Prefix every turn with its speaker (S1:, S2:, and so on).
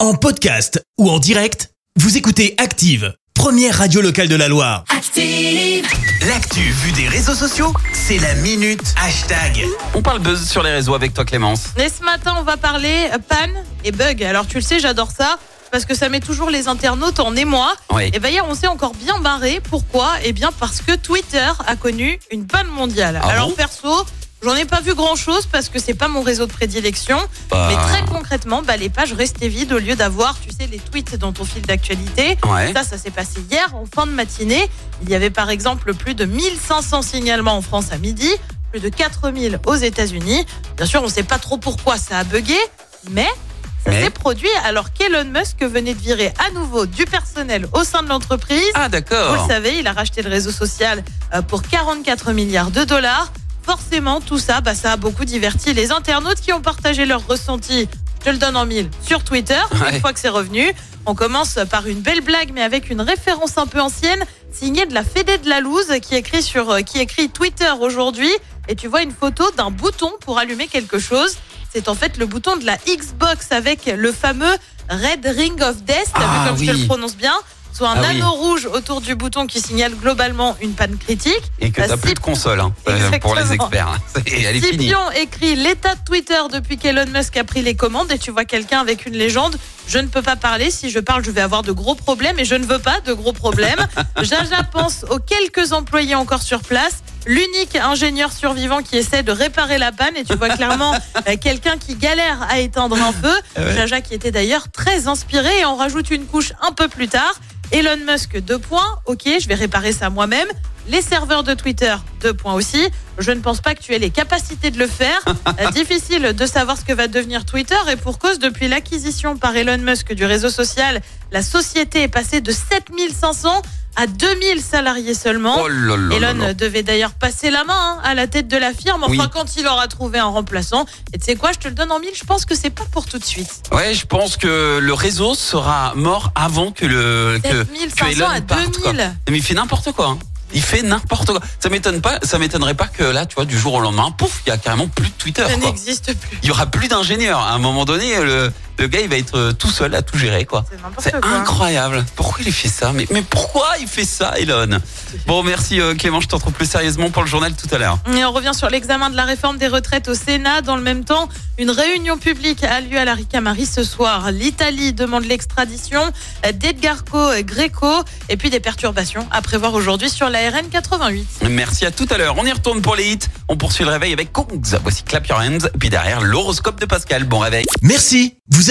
S1: En podcast ou en direct, vous écoutez Active, première radio locale de la Loire.
S2: Active.
S3: L'actu vue des réseaux sociaux, c'est la minute hashtag.
S4: On parle buzz sur les réseaux avec toi Clémence.
S5: Et ce matin, on va parler euh, panne et bug. Alors, tu le sais, j'adore ça parce que ça met toujours les internautes en émoi.
S4: Oui.
S5: Et bien, hier, on s'est encore bien barré. Pourquoi Eh bien, parce que Twitter a connu une panne mondiale.
S4: Ah
S5: Alors,
S4: bon
S5: perso, j'en ai pas vu grand chose parce que c'est pas mon réseau de prédilection.
S4: Bah,
S5: Mais très concrètement, bah, les pages restaient vides au lieu d'avoir, tu sais, les tweets dans ton fil d'actualité.
S4: Ouais.
S5: Ça, ça s'est passé hier en fin de matinée. Il y avait par exemple plus de 1500 signalements en France à midi, plus de 4000 aux États-Unis. Bien sûr, on ne sait pas trop pourquoi ça a bugué, mais ça
S4: Mais
S5: s'est produit alors qu'Elon Musk venait de virer à nouveau du personnel au sein de l'entreprise.
S4: Ah
S5: Vous le
S4: d'accord.
S5: savez, il a racheté le réseau social euh, pour 44 milliards de dollars. Forcément, tout ça, bah, ça a beaucoup diverti les internautes qui ont partagé leurs ressentis. Je le donne en mille sur Twitter.
S4: Ouais.
S5: Une fois que c'est revenu, on commence par une belle blague, mais avec une référence un peu ancienne, signée de la Fédé de la Louse, qui écrit sur, euh, qui écrit Twitter aujourd'hui. Et tu vois une photo d'un bouton pour allumer quelque chose. C'est en fait le bouton de la Xbox avec le fameux Red Ring of Death, t'as vu
S4: Ah
S5: comme je te
S4: oui.
S5: le prononce bien soit un
S4: Ah oui.
S5: anneau rouge autour du bouton qui signale globalement une panne critique.
S4: Et que
S5: Bah,
S4: t'as plus
S5: si-
S4: de console hein, euh, pour les
S5: Exactement. hein.
S4: experts. Et elle est finie.
S5: Scipion écrit l'état de Twitter depuis qu'Elon Musk a pris les commandes et tu vois quelqu'un avec une légende. Je ne peux pas parler. Si je parle, je vais avoir de gros problèmes et je ne veux pas de gros problèmes. Jaja pense aux quelques employés encore sur place. L'unique ingénieur survivant qui essaie de réparer la panne et tu vois clairement euh, quelqu'un qui galère à éteindre un feu.
S4: Ah ouais.
S5: Jaja qui était d'ailleurs très inspiré et on rajoute une couche un peu plus tard. Elon Musk, deux points. Ok, je vais réparer ça moi-même. Les serveurs de Twitter, deux points aussi. Je ne pense pas que tu aies les capacités de le faire. Euh, Difficile de savoir ce que va devenir Twitter et pour cause, depuis l'acquisition par Elon Musk du réseau social, la société est passée de 7500 à 2000 salariés seulement.
S4: Oh là là là
S5: Elon
S4: là.
S5: devait d'ailleurs passer la main hein, à la tête de la firme, enfin
S4: Oui.
S5: quand il aura trouvé un remplaçant. Et tu sais quoi, je te le donne en mille, je pense que c'est pas pour tout de suite.
S4: Ouais, je pense que le réseau sera mort avant que le que
S5: 7500 à
S4: Elon parte, quoi.
S5: 2000
S4: Mais il fait n'importe quoi. hein. Il fait n'importe quoi. Ça m'étonne pas, ça m'étonnerait pas que là, tu vois, du jour au lendemain, pouf, il y a carrément plus de Twitter.
S5: ça
S4: quoi.
S5: n'existe plus.
S4: Il y aura plus d'ingénieurs. À un moment donné, le, le gars, il va être euh, tout seul à tout gérer, quoi.
S5: C'est n'importe
S4: C'est
S5: quoi. hein.
S4: incroyable. Pourquoi il fait ça mais, mais pourquoi il fait ça, Elon Bon, merci euh, Clément, je t'en trouve plus sérieusement pour le journal tout à l'heure.
S5: Et on revient sur l'examen de la réforme des retraites au Sénat. Dans le même temps, une réunion publique a lieu à la Ricamari ce soir. L'Italie demande l'extradition d'Edgarco Greco et puis des perturbations à prévoir aujourd'hui sur la RN 88.
S4: Merci à tout à l'heure. On y retourne pour les hits. On poursuit le réveil avec Kongs. Voici Clap Your Hands. Puis derrière, l'horoscope de Pascal. Bon réveil.
S1: Merci, vous